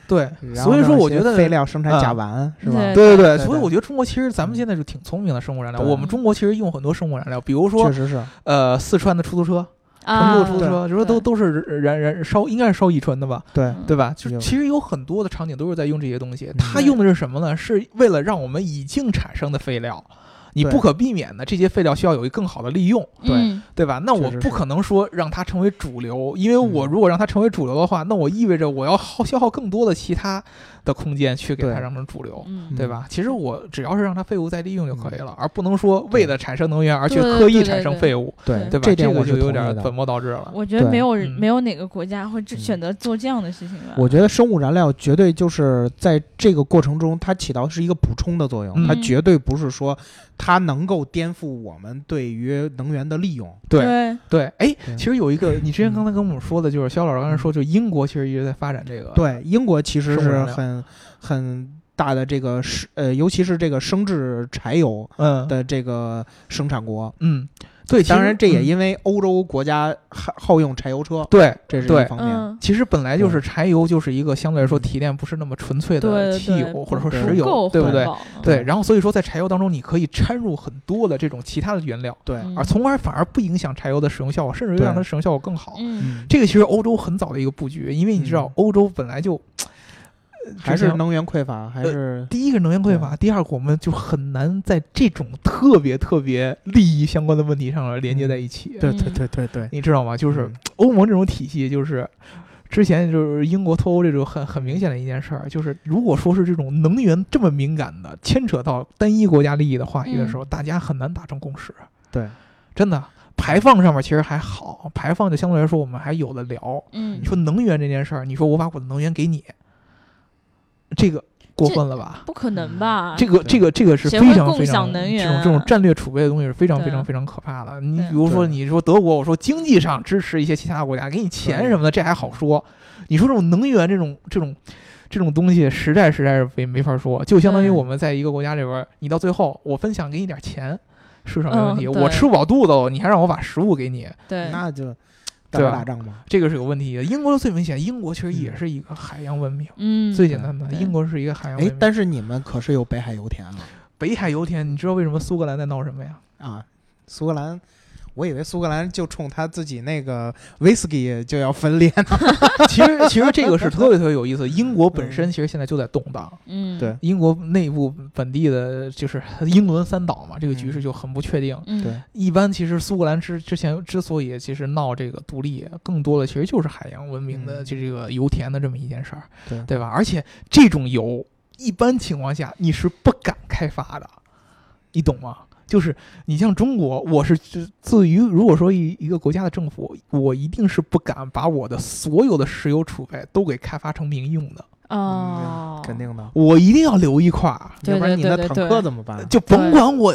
E: 对，
D: 然后
E: 所以说
D: 让
E: 我
D: 一些
E: 觉得
D: 废料生产
E: 嗯
D: 甲烷是吧？
B: 对
E: 对对
D: 对
E: 所
D: 对
E: 以我觉得中国其实咱
B: 嗯
E: 们现在就挺聪明的生物燃料。
D: 对
E: 我们中国其实用很多生物燃料，比如说
D: 确实是，
E: 呃四川的出租车、成
B: 啊
E: 都的出租车，就说都都是燃燃烧，应该是烧乙醇的吧，
D: 对
B: 嗯
E: 对吧？就
D: 有
E: 其实有很多的场景都是在用这些东
D: 嗯
E: 西。它
B: 对
E: 用的是什么呢？是为了让我们已经产生的废料。你
D: 对
E: 不可避免的，这些废料需要有一个更好的利用，
D: 对
B: 嗯
E: 对吧？那我
D: 确实
E: 不
D: 是
E: 可能说让它成为主流，因为我
D: 嗯
E: 如果让它成为主流的话，那我意味着我要耗消耗更多的其他的空间去给它
D: 对
E: 让成主流。
B: 嗯，
E: 对
D: 嗯
E: 吧？其实我只要是让它废物再利用就可以了，而不能说为了产生能源而去
B: 对对
E: 刻意
B: 对
E: 产
B: 对
E: 生
B: 对
E: 废物，
D: 对
E: 对吧？
D: 这点
E: 个
D: 我是
E: 就有
D: 同
E: 点
D: 意的
E: 本。末倒置了。
B: 我觉得
D: 对
B: 没有人
E: 嗯
B: 没有哪个国家会只
D: 嗯
B: 选择做这样的事情
E: 啊
B: 吧？
D: 我觉得生物燃料绝对就是在这个过程中，它起到是一个补充的作用，
E: 嗯
D: 它绝对不是说它能够颠覆我们对于能源的利用。
B: 对
E: 对，哎，
D: 对
E: 其实有 一个你之前刚才跟我们说的，就是肖老师刚才说，就英国其实一直在发展这个。
D: 对，英国其实
E: 生物
D: 是
E: 燃料
D: 很很大的这个是呃，尤其是这个生制柴油
E: 嗯，
D: 的这个生产国。
E: 嗯，对，其实
D: 当然，这也
E: 嗯
D: 因为欧洲国家好好用柴油车，
E: 对，
D: 这是
E: 对
D: 一方面。
B: 嗯，
E: 其实本来就是柴油，就是一个相对来说提炼不是那么纯粹的
B: 对
E: 汽
B: 对
E: 油或者说
D: 对
E: 石
B: 够
E: 油，对不
B: 环
E: 对？
B: 保了
D: 嗯
E: 对，然后所以说在柴油当中，你可以掺入很多的这种其他的原料，
D: 对，
B: 嗯
E: 而从而反而不影响柴油的使用效果，甚至
D: 对
E: 让它使用效果更好。
B: 嗯，
D: 嗯，
E: 这个其实欧洲很早的一个布局，因为你知道
D: 嗯
E: 欧洲本来就呃
D: 还
E: 之
D: 是
E: 前
D: 能源匮乏，
E: 呃
D: 还是
E: 第一个能源匮乏，第二个我们就很难在这种特别特别利益相关的问题上连接在一起，
D: 对
B: 嗯
D: 对对对对，
E: 你知道吗？就是
D: 嗯
E: 欧盟这种体系，就是之前就是英国脱欧这种很很明显的一件事儿，就是如果说是这种能源这么敏感的，牵扯到单一国家利益的话题的时候，大家很难达成共识。
D: 对，
E: 真的，排放上面其实还好，排放就相对来说我们还有的聊。
B: 嗯
E: 你，说能源这件事儿，你说我把我的能源给你，这个过分了吧？
B: 不可能吧？
E: 嗯这个这个这个是
B: 谁
E: 非
B: 啊会
E: 常
B: 共
E: 非常
B: 享能源
E: 这种这种战略储备的东西是非常
B: 对啊
E: 非常非常可怕的。你
B: 对啊
E: 比如说，
D: 对啊
E: 你说德国，我说经济上支持一些其他国家，给你钱
D: 对
E: 什么的，这还好说。你说这种能源这种这种这种东西，实在实在是没没法说。就相当于
B: 对
E: 我们在一个国家里边儿，你到最后我分享给你点钱，是什么问题？
B: 嗯对
E: 我吃不饱肚子了，你还让我把食物给你，
B: 对，
D: 那就
E: 对
D: 打
E: 啊吧
D: 打仗嘛。
E: 这个是有问题的。英国最明显，英国其实
D: 嗯
E: 也是一个海洋文明，
B: 嗯，
E: 最简单的，
B: 对
E: 英国是一个海洋文
D: 哎
E: 明。，
D: 但是你们可是有北海油田 啊
E: 北海油田，你知道为什么苏格兰在闹什么呀？
D: 啊！苏格兰，我以为苏格兰就冲他自己那个 whisky 就要分裂呢。
E: 其实其实这个是特别特别有意思。英国本身其实现在就在动荡，
B: 嗯，
D: 对
E: 英国内部本地的就是英伦三岛嘛，这个局势
D: 嗯
E: 就很不确定。
B: 嗯，
D: 对
E: 一般其实苏格兰之之前之所以其实闹这个独立，更多的其实就是海洋文明的
D: 嗯
E: 就这个油田的这么一件事儿，
D: 对
E: 对吧？而且这种油一般情况下你是不敢开发的，你懂吗？就是你像中国，我是自自于如果说一一个国家的政府，我一定是不敢把我的所有的石油储备都给开发成民用的，
B: 哦，
D: 肯定的，
E: 我一定要留一块儿。
B: 对
D: 要不然
B: 对
D: 你
B: 对
D: 那
B: 对
D: 坦
B: 对
D: 克怎么办啊？
E: 就甭管我，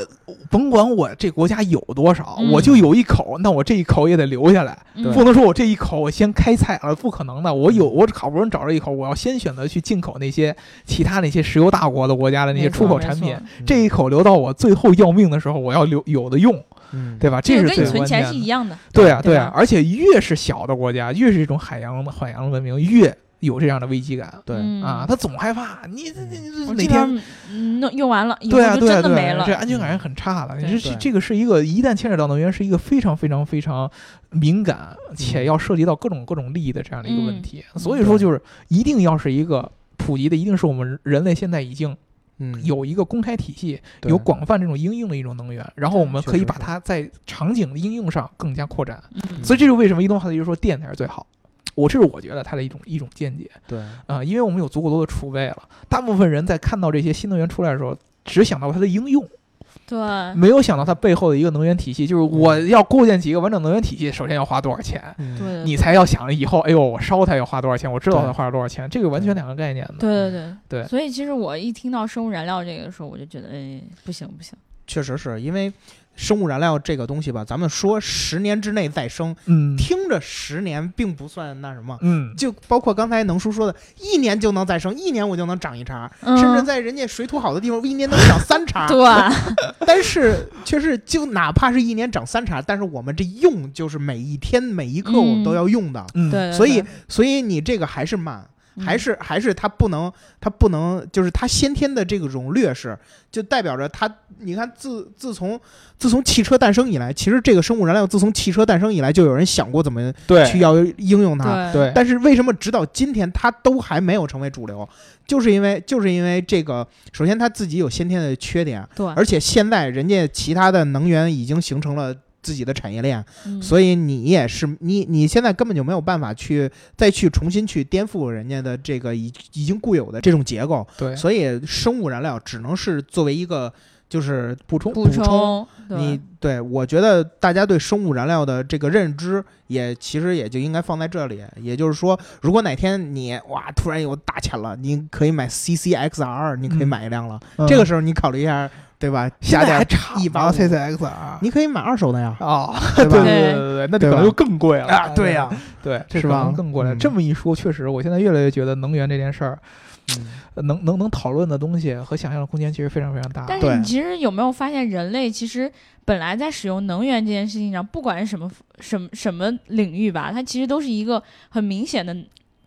E: 甭管我这国家有多少，
B: 嗯
E: 我就有一口，那我这一口也得留下来，
B: 嗯
E: 不能说我这一口我先开采了，不可能的。我有，我好不容易找着一口，我要先选择去进口那些其他那些石油大国的国家的那些
B: 没
E: 出
B: 错
E: 口
B: 没
E: 产
B: 错
E: 品，这一口留到我最后要命的时候，我要留有的用，
D: 嗯，
E: 对吧？
B: 这
E: 是
B: 个跟
E: 最
B: 你存
E: 关
B: 钱
E: 键
B: 是
E: 的
B: 一。样的，
E: 对啊，
B: 对
E: 对啊
B: 吧，
E: 而且越是小的国家，越是这种海洋海洋文明，越有这样的危机感
D: 对
B: 嗯
E: 啊。他总害怕你这这这
B: 我
E: 哪
B: 这
E: 天
B: 边嗯弄用完了，以后
E: 对啊，
B: 就
E: 对啊，
B: 真的
E: 对
B: 没
E: 啊，
B: 了嗯
E: 这，安全感是很差的。你
B: 对
E: 这
D: 对
E: 这个是一个一旦牵扯到能源，是一个非常非常非常敏感
B: 嗯
E: 且要涉及到各种各种利益的这样的一个问题。所以说，就是一定要是一个普及的，一定是我们人类现在已经
D: 嗯，
E: 有一个公开体系，
D: 对
E: 有广泛这种应用的一种能源，然后我们可
D: 确
E: 以
D: 实
E: 把
D: 是
E: 它在场景的应用上更加扩展。
B: 嗯
E: 所以这就是为什么移动话题就说电才是最好。我这是我觉得它的一种一种见解。
D: 对
E: 啊，因为我们有足够多的储备了。大部分人在看到这些新能源出来的时候，只想到它的应用，
B: 对，
E: 没有想到它背后的一个能源体系。就是我要构建起一个完整能源体系，首先要花多少钱，
D: 嗯
B: 对对
E: 你才要想以后，哎呦，我烧它要花多少钱，我知道它花了多少钱，这个完全两个概念的。
B: 对对
E: 对
B: 所以其实我一听到生物燃料这个的时候，我就觉得，哎，不行不行，
D: 确实是因为生物燃料这个东西吧，咱们说十年之内再生，
E: 嗯
D: 听着十年并不算那什么。
E: 嗯，
D: 就包括刚才能叔说的，一年就能再生，一年我就能长一茬，
B: 嗯
D: 甚至在人家水土好的地方，一年能长三 茬。
B: 对，
D: 但是确实，就哪怕是一年长三茬，但是我们这用就是每一天每一刻我们都要用的，
E: 嗯，
B: 对，嗯
D: 所以所以你这个还是慢。
B: 对
D: 还是还是它不能，它不能，就是它先天的这种劣势，就代表着它。你看自，自从自从汽车诞生以来，其实这个生物燃料自从汽车诞生以来，就有人想过怎么去
E: 对
D: 要应用它。
B: 对
E: 对，
D: 但是为什么直到今天它都还没有成为主流？就是因为就是因为这个，首先它自己有先天的缺点，
B: 对，
D: 而且现在人家其他的能源已经形成了自己的产业链，
B: 嗯
D: 所以你也是你，你现在根本就没有办法去再去重新去颠覆人家的这个已已经固有的这种结构，
E: 对，
D: 所以生物燃料只能是作为一个就是补充
B: 补
D: 充。
B: 充，对
D: 你对我觉得大家对生物燃料的这个认知也其实也就应该放在这里，也就是说，如果哪天你哇突然有大钱了，你可以买 CCXR，你可以
E: 嗯
D: 买一辆了，
E: 嗯
D: 这个时候你考虑一下对吧？
E: 现
D: 加
E: 在还
D: 点
E: 差
D: 一
E: 八
D: 毛
E: CCX 啊，
D: 你可以买二手的呀，
E: 哦，
D: 对啊吧？
E: 对对对，那就可能
D: 对吧
E: 就更贵了
D: 啊，对呀，
E: 对，这
D: 是
E: 可
D: 吧
E: 能更过来。
D: 嗯
E: 这么一说，确实，我现在越来越觉得能源这件事儿，
D: 嗯
E: 呃能能能讨论的东西和想象的空间其实非常非常大。
B: 但是
D: 对
B: 你其实有没有发现，人类其实本来在使用能源这件事情上，不管是什么什么什么领域吧，它其实都是一个很明显的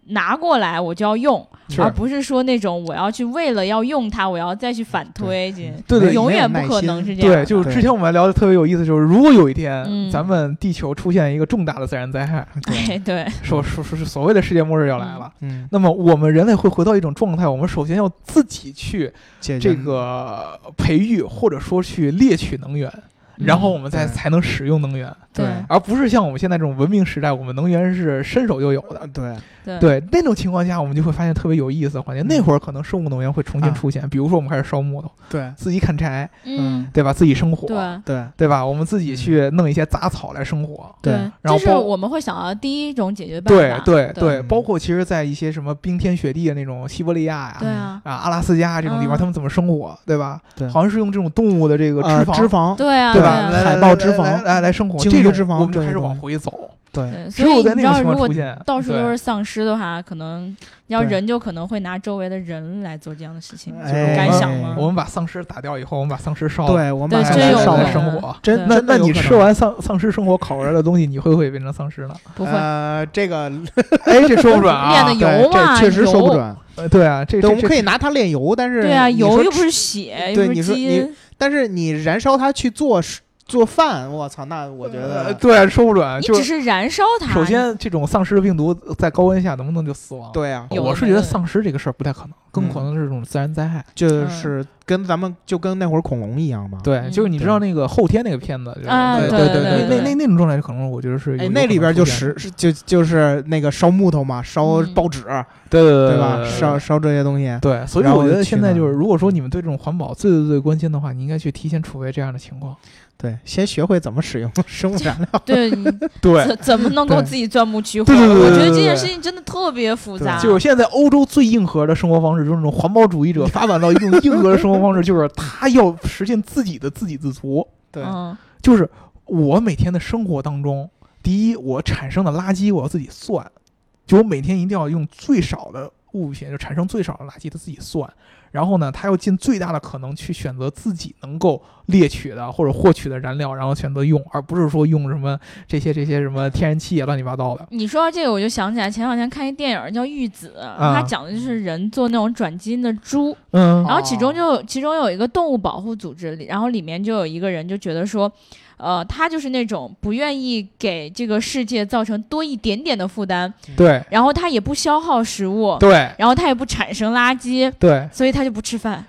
B: 拿过来我就要用，
E: 是
B: 而不是说那种我要去为了要用它，我要再去反推这。
E: 对对
B: 永
D: 没有
B: 远不
D: 耐
B: 可
D: 心
B: 能是这样的。
E: 对，就是
D: 对
E: 之前我们聊的特别有意思，就是如果有一天、
B: 嗯
E: 咱们地球出现一个重大的自然灾 害，
B: 哎对，
E: 说说说是所谓的世界末日要来了，
D: 嗯，
E: 那么我们人类会回到一种状态，我们首先要自己去
D: 解决
E: 这个培育或者说去猎取能源，
B: 嗯
E: 然后我嗯们再
D: 对
E: 才能使用能源，
B: 对
E: 而不是像我们现在这种文明时代，我们能源是伸手就有的。
D: 呃对
B: 对嗯
E: 对那种情况下，我们就会发现特别有意思的环节。那会儿可能生物能源会重新
D: 啊
E: 出现，比如说我们开始烧木头，
D: 对
E: 自己砍柴，
B: 嗯，
E: 对吧？自己生火，
B: 对
D: 对
E: 对吧？我们自己去弄一些杂草来生火。
D: 对，
E: 然后
B: 这是
E: 包
B: 我们会想到第一种解决嗯办
E: 对
B: 法。
E: 对
B: 对
E: 对，包括其实，在一些什么冰天雪地的那种西伯利亚呀、
B: 对啊，
E: 啊阿拉斯加这种地方，
B: 嗯
E: 他们怎么生火，对吧？
D: 对
E: 好像是用这种动物的这个脂
D: 呃
E: 肪，
D: 脂肪
B: 对啊，
E: 嗯
B: 对
E: 对吧？
B: 啊
E: 来
D: 海
E: 来
D: 豹
E: 来
D: 脂肪
E: 来来来生火，
D: 鲸
E: 这
D: 鱼
E: 种
D: 脂肪
E: 我们就
D: 这
E: 开始
D: 些
E: 往
D: 东西
E: 回走。
D: 对
B: 对，
E: 只
B: 所
E: 有
B: 以
E: 在
B: 你
E: 那
B: 知道，如
E: 种情况
B: 果
E: 出现，
B: 到处都
E: 对
B: 是丧尸的话，可能要
D: 对
B: 人就可能会拿周围的人来做这样的事情，
D: 哎
B: 就是敢想吗？
E: 我们把丧尸打掉以后，我们把丧尸烧了，
D: 对，我
B: 对
D: 们
E: 来
D: 还
B: 真
E: 来
B: 有
E: 烧
D: 烧
B: 可
E: 了
B: 能
E: 生火。
D: 真
E: 那
D: 真
E: 那
D: 的有
E: 你
D: 可
E: 吃
D: 能
E: 完丧丧尸生活烤出来的东西，你会不会变成丧尸呢？
B: 不会，
D: 呃，这个
E: 哎，这说不准
B: 练
E: 啊
B: 得。
D: 对
B: 油嘛
D: 这确实说不
B: 油
D: 准。
E: 呃对啊，这
D: 对，
E: 这
D: 我们
E: 这
D: 可以拿它炼油，但是
B: 对啊，
D: 你说
B: 油又
D: 吃
B: 不是血，
D: 对
B: 又不
D: 你
B: 是
D: 说
B: 基
D: 你
B: 因，
D: 但是你燃烧它去做食做饭，我操，那我觉
E: 呃
D: 得
E: 对啊，说不准。
B: 你
E: 就
B: 只是燃烧它。
E: 首先，这种丧尸病毒在高温下能不能就死亡？，
D: 对啊，
B: 有
E: 我是
B: 的
E: 觉得
B: 对
E: 丧尸这个事儿不太可能，更可能是这种自然灾害。
D: 嗯就是跟咱们就跟那会儿恐龙一样嘛。
E: 对，就是你知道那个后天那个片子，就是
B: 啊
E: 对
D: 嗯对对对
E: 那
D: 对
E: 那那那种状态，可能我觉得是有
D: 哎，那里边就，实是就就是那个烧木头嘛，烧
B: 嗯
D: 报纸，
E: 有可能出现对对
D: 对吧？烧烧这些东西，
E: 对，所以
D: 然后
E: 我觉
D: 就
E: 得
D: 去
E: 现在
D: 那
E: 就是，
D: 儿
E: 如果说你们对这种环保最最最关心的话，你应该去提前储备这样的情况。
D: 对，先学会怎么使用生物燃料。
B: 对，你
E: 对，
B: 怎怎么能够
D: 对
B: 自己钻木取火？
E: 对对对对
B: 我觉
E: 对
B: 得这
E: 对
B: 件
E: 对
B: 事情真的特别复
D: 对
B: 杂。
E: 就是现在欧洲最硬核的生活方式，就是那种环保主义者发展到一种硬核的生活方式，就是他要实现自己的自给自足。
D: 对
B: 嗯，
E: 就是我每天的生活当中，第一，我产生的垃圾我要自己算，就我每天一定要用最少的物品，就产生最少的垃圾，他自己算。然后呢，他要尽最大的可能去选择自己能够猎取的或者获取的燃料，然后选择用，而不是说用什么这些这些什么天然气啊乱七八糟的。
B: 你说到这个，我就想起来前两天看一电影叫《玉子》，
D: 啊
B: 它讲的就是人做那种转基因的猪。
E: 嗯
B: 然后其中就其中有一个动物保护组织，然后里面就有一个人就觉得说，呃，他就是那种不愿意给这个世界造成多一点点的负担，
E: 对
B: 然后他也不消耗食物，
E: 对
B: 然后他也不产生垃圾，
E: 对，
B: 所以他就不吃饭，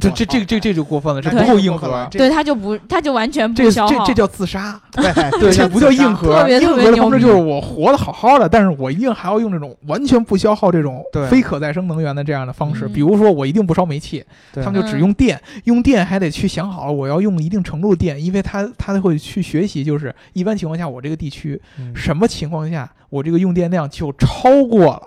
E: 这这这这这就过分了，这
B: 对
E: 不够硬
D: 过分了
E: 核。啊
D: 这
B: 对，他就不他就完全不
E: 这
B: 消
E: 这
B: 耗
E: 这。叫自杀，
D: 对
E: 对，这不叫硬核，
B: 特别
E: 硬
B: 特别
E: 核的
B: 牛
E: 方式
B: 逼
E: 就是我活得好好的，但是我一定还要用这种完全不消耗这种
D: 对
E: 非可再生能源的这样的方式，
B: 嗯
E: 比如说我一定不烧煤气，
D: 对
E: 他们就只
B: 嗯
E: 用电，用电还得去想好了我要用一定程度的电，因为他他会去学习，就是一般情况下我这个地区
D: 嗯
E: 什么情况下我这个用电量就超过了。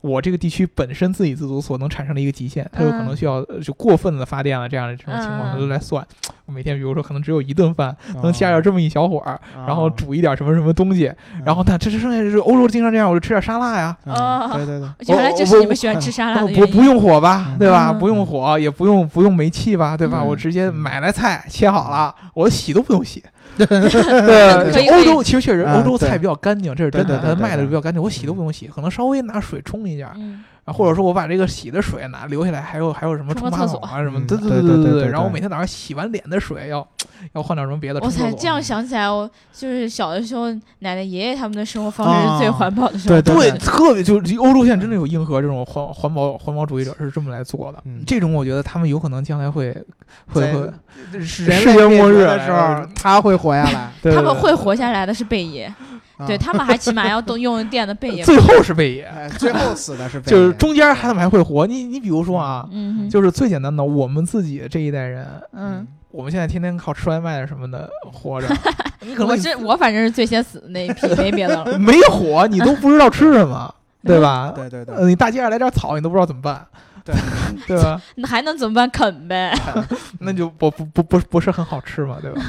E: 我这个地区本身自给自足所能产生的一个极限，它有可能
B: 嗯
E: 需要呃就过分的发电了，这样的这种情况
B: 嗯哦
E: 它都来算。我每天比如说可能只有一顿饭，能下掉这么一小会儿，
D: 哦
E: 然后煮一点什么什么东西，
D: 嗯
E: 然后呢，这这剩下就是欧洲经常这样，我就吃点沙拉呀，
D: 啊，
E: 嗯
D: 对 对对，
B: 原来这是你们喜欢吃沙拉的原
E: 不
B: 因。
E: 不用火吧，
D: 嗯
E: 对吧？
B: 嗯
E: 不用火，也不用不用煤气吧，对吧？
B: 嗯
E: 我直接买来菜切好了，我洗都不用洗。
B: 可以
E: 对，就
B: 可以
E: 欧洲其实确实
D: 嗯
E: 欧洲
D: 对
E: 菜比较干净，这是真的，
B: 对对对
E: 它卖的
D: 对
E: 比较干净，我洗都不用洗，可能稍微拿水冲一下，
B: 嗯，
E: 啊或者说我把这个洗的水拿留下来，还有还有什么
B: 冲
E: 冲
B: 个
E: 马
B: 厕所
E: 桶啊什么，
D: 嗯
E: 对
D: 对
E: 对
D: 对对对
E: 然后我
D: 对
E: 每天早上洗完脸的水要要换点什么别的。
B: 我
E: 冲厕
B: 才
E: 所
B: 这样想起来，我就是小的时候，奶奶爷爷他们的生活方式是最
D: 啊
B: 环保的生活
D: 对
B: 方
E: 对
B: 式。，
E: 特别就是欧洲现在真的有硬核这种环环保环保主义者是这么来做的。
D: 嗯
E: 这种我觉得他们有可能将来会会
D: 在
E: 会，
D: 世
E: 世界末日哎
D: 的时候，它会活下来。
E: 对
B: 他们会活下来的是贝爷，
D: 啊
B: 对他们还起码要动用电的贝爷。
E: 最后是贝爷，
D: 哎最后死 的是贝
E: 就是
D: 爷
E: 中间还他们还会活。你你比如说啊，
B: 嗯哼，
E: 就是最简单的，我们自己这一代人，
B: 嗯，
E: 我们现在天天靠吃外卖什么的 活着，你嗯可
B: 我
E: 能
B: 是我反正是最先死的那一批，没别的了。
E: 没火，你都不知道吃什么，对吧？
D: 嗯对对对
E: 呃，你大街上来点草，你都不知道怎么办。对吧？
B: 那还能怎么办？啃呗。
E: 那就不不不不不是很好吃嘛，对吧？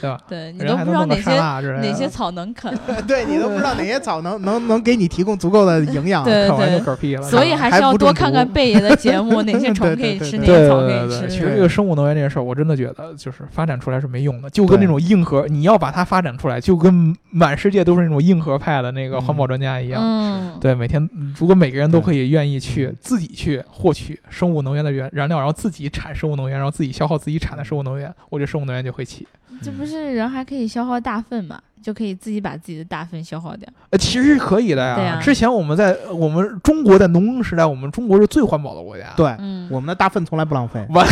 E: 对吧？
B: 对你
E: 人
B: 都
E: 还
B: 不知
E: 能
B: 道哪
E: 弄个沙
B: 些
E: 拉之类的，
B: 哪 些草能啃，
D: 对你都不知道哪些草能能能给你提供足够的营 养。
B: 对
E: 啃完就嗝屁了。
B: 所以还是
D: 还
B: 要
D: 不
B: 多
D: 中
B: 看
D: 毒
B: 看贝爷的节目，哪 些虫可
D: 对
B: 以
D: 对
B: 吃，哪
D: 对
E: 对
B: 些草可
E: 对
B: 以
E: 对对，其
B: 吃。
E: 实这个生物能源这件事儿，我真的觉得就是发展出来是没用的，就跟
D: 对
E: 那种硬核，你要把它发展出来，就跟满世界都是那种硬核派的那个环保专家一样。
B: 嗯，
E: 对，每天如果每个人都可以愿意去自己去获取生物能源的原燃料，然后自己产生物能源，然后自己消耗自己产的生物能源，我觉得生物能源就会起。
B: 这
E: 嗯
B: 不是人还可以消耗大粪嘛，就可以自己把自己的大粪消耗掉。
E: 呃，其实是可以的呀。
B: 对啊
E: 之前我们在我们中国在农耕时代，我们中国是最环保的国家。
D: 对，
B: 嗯，
D: 我们的大粪从来不浪费。
E: 完，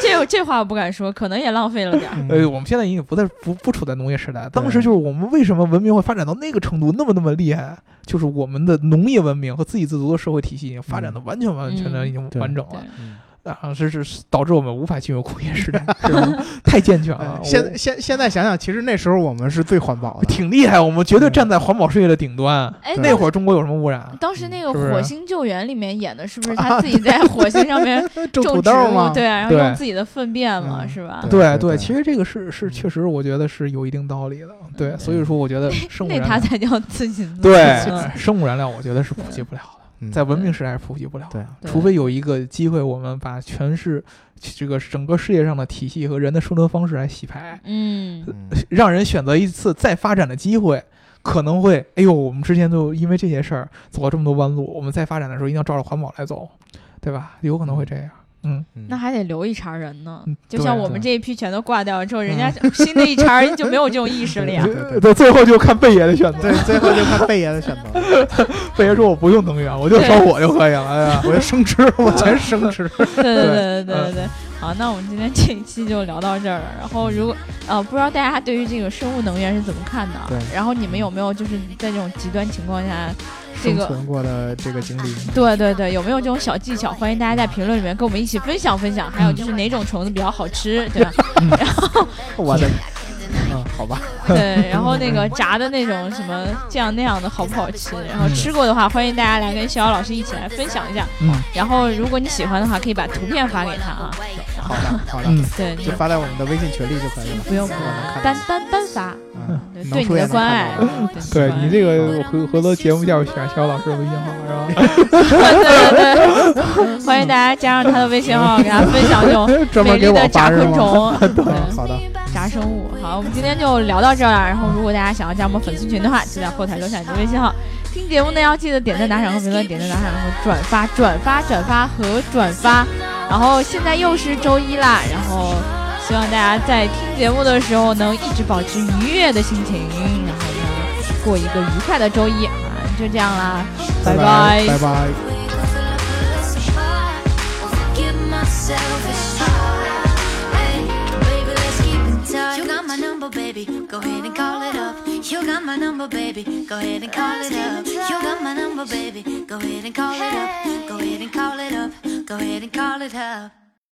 B: 这这话我不敢说，可能也浪费了点
D: 嗯
B: 儿。
E: 呃，我们现在已经不再不不处在农业时代，当时就是我们为什么文明会发展到那个程度，那么那么厉害，就是我们的农业文明和自给自足的社会体系已经发展的完全完完全全
B: 嗯
E: 已经
D: 对
E: 完整
B: 对
E: 了，，啊，这是导致我们无法进入工业时 代，是吧 太健全了
D: 哎，
E: 我
D: 现现现在想想，其实那时候我们是最环 保的。
E: 挺厉害，我们绝对
D: 嗯
E: 站在环保事业的顶端。
B: 哎，
E: 那会儿中国有什么污染？
B: 当时那个
E: 是不是啊
B: 《火星救援》里面演的是不 是他自己在火星上面
D: 种
B: 种植
D: 土豆
B: 物
D: 嘛，？
B: 对啊，然后
E: 对
B: 用自己的粪便嘛，
D: 嗯
B: 是吧？
D: 对
E: 对
D: 对对
E: 其实这个是是
D: 嗯
E: 确实，我觉得是有一定道理的。对，
B: 嗯
E: 所以说我觉得生物
B: 那
E: 燃
B: 他
E: 料，
B: 才叫自己自 足
E: 对生物燃料，我觉得是普及不了的，
D: 嗯
E: 在文明时代是普及不了的。
D: 对
B: 对
E: 除非有一个机会，我们把全市这个整个世界上的体系和人的生存方式来洗牌，
B: 嗯，
D: 嗯
E: 让人选择一次再发展的机会，可能会，哎呦，我们之前就因为这些事儿走了这么多弯路，我们再发展的时候一定要照着环保来走，对吧？有可能会这样。嗯，
D: 嗯
B: 那还得留一茬人呢
E: 嗯。
B: 就
E: 对
B: 像我们
E: 对
B: 这一批全都挂掉了之后，人家新的一茬儿就没有这种意识了呀
D: 对。对
E: 到最后就看贝爷的选择
D: 对。，嗯最后就看贝爷的选择了，
E: 贝爷说我不用能源，我就烧火就可以了。哎呀，
D: 我就生吃，我全生吃。
B: 对对对对对
E: 对
B: 对对。好，那我们今天这一期就聊到这儿了。然后，如果呃，不知道大家对于这个生物能源是怎么看的啊？
D: 对
B: 然后你们有没有就是在这种极端情况下，这
D: 生
B: 个
D: 存过的这个经历，
B: 对对对，有没有这种小技巧？欢迎大家在评论里面跟我们一起分享分享。还有就是哪种虫子比较好吃，对吧？
D: 我的，嗯，好吧，
B: 对，然后那个炸的那种什么这样那样的好不好吃？然后吃过的话，欢迎大家来跟逍遥老师一起来分享一下。
E: 嗯，
B: 然后如果你喜欢的话，可以把图片发给他啊。
D: 好的，好的，
E: 嗯
B: 对，你
D: 就发在我们的微信群里就可以了。
B: 不用不
D: 我
B: 用
D: 能看
B: 单
D: 到。
B: 单单发，
D: 嗯
B: 对
D: 能
B: 对你
D: 出
B: 的
D: 也能
B: 关
D: 看
B: 爱
D: 到，
E: 对你这个，
A: 嗯
E: 我回回头节目下边选小老师的微信号，然后
B: 对对对， 欢迎大家加上他的微信号，给他分享这种
D: 专
B: 美
D: 门
B: 丽
D: 给
B: 的
D: 我
B: 炸
D: 发是
B: 昆
D: 吗？
B: 虫。 对
D: 嗯，好的，
B: 炸生物。好，我们今天就聊到这儿了。然后，如果大家想要加我们粉丝群的话，就在后台留下你的微信号。听节目呢，要记得点赞、打赏和评论，点赞、打赏和转发、转发、转发和转发。然后现在又是周一啦，然后希望大家在听节目的时候能一直保持愉悦的心情，然后呢过一个愉快的周一啊，就这样啦，拜
D: 拜拜拜。
A: You got my number, baby. Go ahead and call it up. You got my number, baby. Go ahead and call it up. You got my number, baby. Go ahead and call it up. Go ahead and call it up. Go ahead and call it up.